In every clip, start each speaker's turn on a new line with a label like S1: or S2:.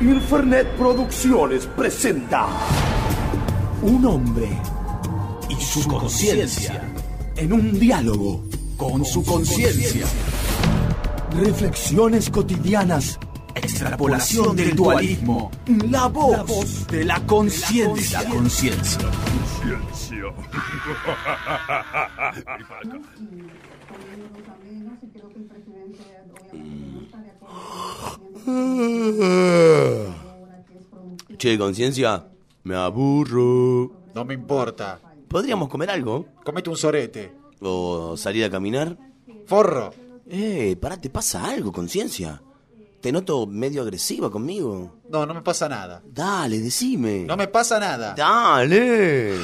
S1: Infernet Producciones presenta
S2: Un hombre
S1: y su conciencia
S2: en un diálogo
S1: con su conciencia.
S2: Reflexiones cotidianas.
S1: Extrapolación del dualismo.
S2: La voz.
S1: La voz de la conciencia.
S2: De la
S1: conciencia.
S3: Che, conciencia, me aburro.
S4: No me importa.
S3: ¿Podríamos comer algo?
S4: Comete un sorete.
S3: ¿O salir a caminar?
S4: Forro.
S3: Eh, pará, te pasa algo, conciencia. Te noto medio agresiva conmigo.
S4: No, no me pasa nada.
S3: Dale, decime.
S4: No me pasa nada.
S3: Dale.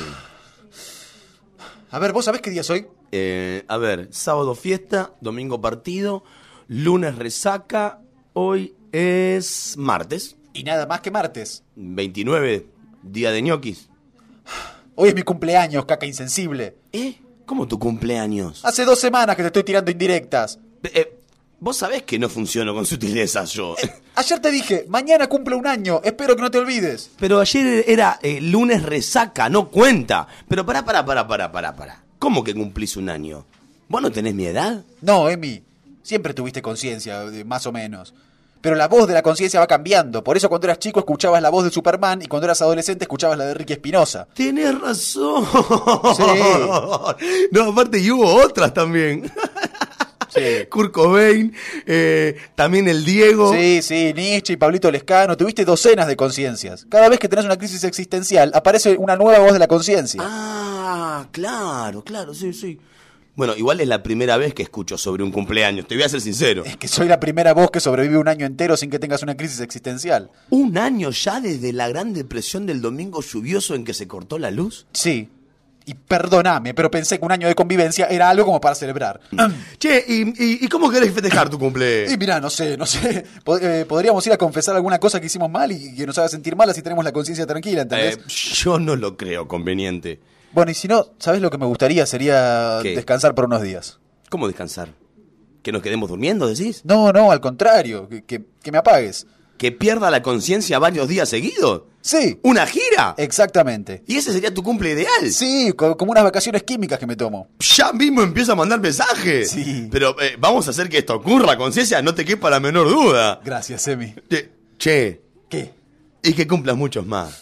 S4: A ver, ¿vos sabés qué día soy?
S3: Eh, a ver, sábado fiesta, domingo partido, lunes resaca, hoy es martes,
S4: Y nada más que martes.
S3: 29, día de ñoquis.
S4: Hoy es mi cumpleaños, caca insensible.
S3: ¿Eh? ¿Cómo tu cumpleaños?
S4: Hace dos semanas que te estoy tirando indirectas.
S3: Ah, Eh, vos sabés que no funciono con sutileza yo.
S4: Ayer te dije, mañana cumple un año. Espero que no te olvides.
S3: Pero ayer era eh, lunes resaca, no cuenta. Pero pará, pará, pará, pará, pará, pará. ¿Cómo que cumplís un año? ¿Vos no tenés mi edad?
S4: No, Emi. Siempre tuviste conciencia, eh, más o menos. Pero la voz de la conciencia va cambiando. Por eso cuando eras chico escuchabas la voz de Superman y cuando eras adolescente escuchabas la de Ricky Espinosa.
S3: Tenés razón.
S4: Sí.
S3: No, aparte, y hubo otras también.
S4: Sí.
S3: Kurt Cobain, eh, también el Diego.
S4: Sí, sí, Nietzsche y Pablito Lescano, tuviste docenas de conciencias. Cada vez que tenés una crisis existencial, aparece una nueva voz de la conciencia.
S3: Ah, claro, claro, sí, sí. Bueno, igual es la primera vez que escucho sobre un cumpleaños, te voy a ser sincero.
S4: Es que soy la primera voz que sobrevive un año entero sin que tengas una crisis existencial.
S3: ¿Un año ya desde la gran depresión del domingo lluvioso en que se cortó la luz?
S4: Sí. Y perdoname, pero pensé que un año de convivencia era algo como para celebrar.
S3: Che, ¿y, y, y cómo querés festejar tu
S4: Y
S3: cumple? Eh,
S4: mirá, no sé, no sé. Pod- eh, podríamos ir a confesar alguna cosa que hicimos mal y que nos haga sentir mal así tenemos la conciencia tranquila, ¿entendés?
S3: Eh, yo no lo creo conveniente.
S4: Bueno, y si no, ¿sabés lo que me gustaría? Sería
S3: ¿Qué?
S4: descansar por unos días.
S3: ¿Cómo descansar? ¿Que nos quedemos durmiendo, decís?
S4: No, no, al contrario, que- que- que me apagues.
S3: ¿Que pierda la conciencia varios días seguidos?
S4: Sí.
S3: ¿Una gira?
S4: Exactamente.
S3: ¿Y ese sería tu cumple ideal?
S4: Sí, co- como unas vacaciones químicas que me tomo.
S3: Ya mismo empieza a mandar mensajes.
S4: Sí.
S3: Pero eh, vamos a hacer que esto ocurra, conciencia, no te quepa la menor duda.
S4: Gracias, Emi.
S3: Che, Che,
S4: ¿Qué?
S3: y que cumplas muchos más.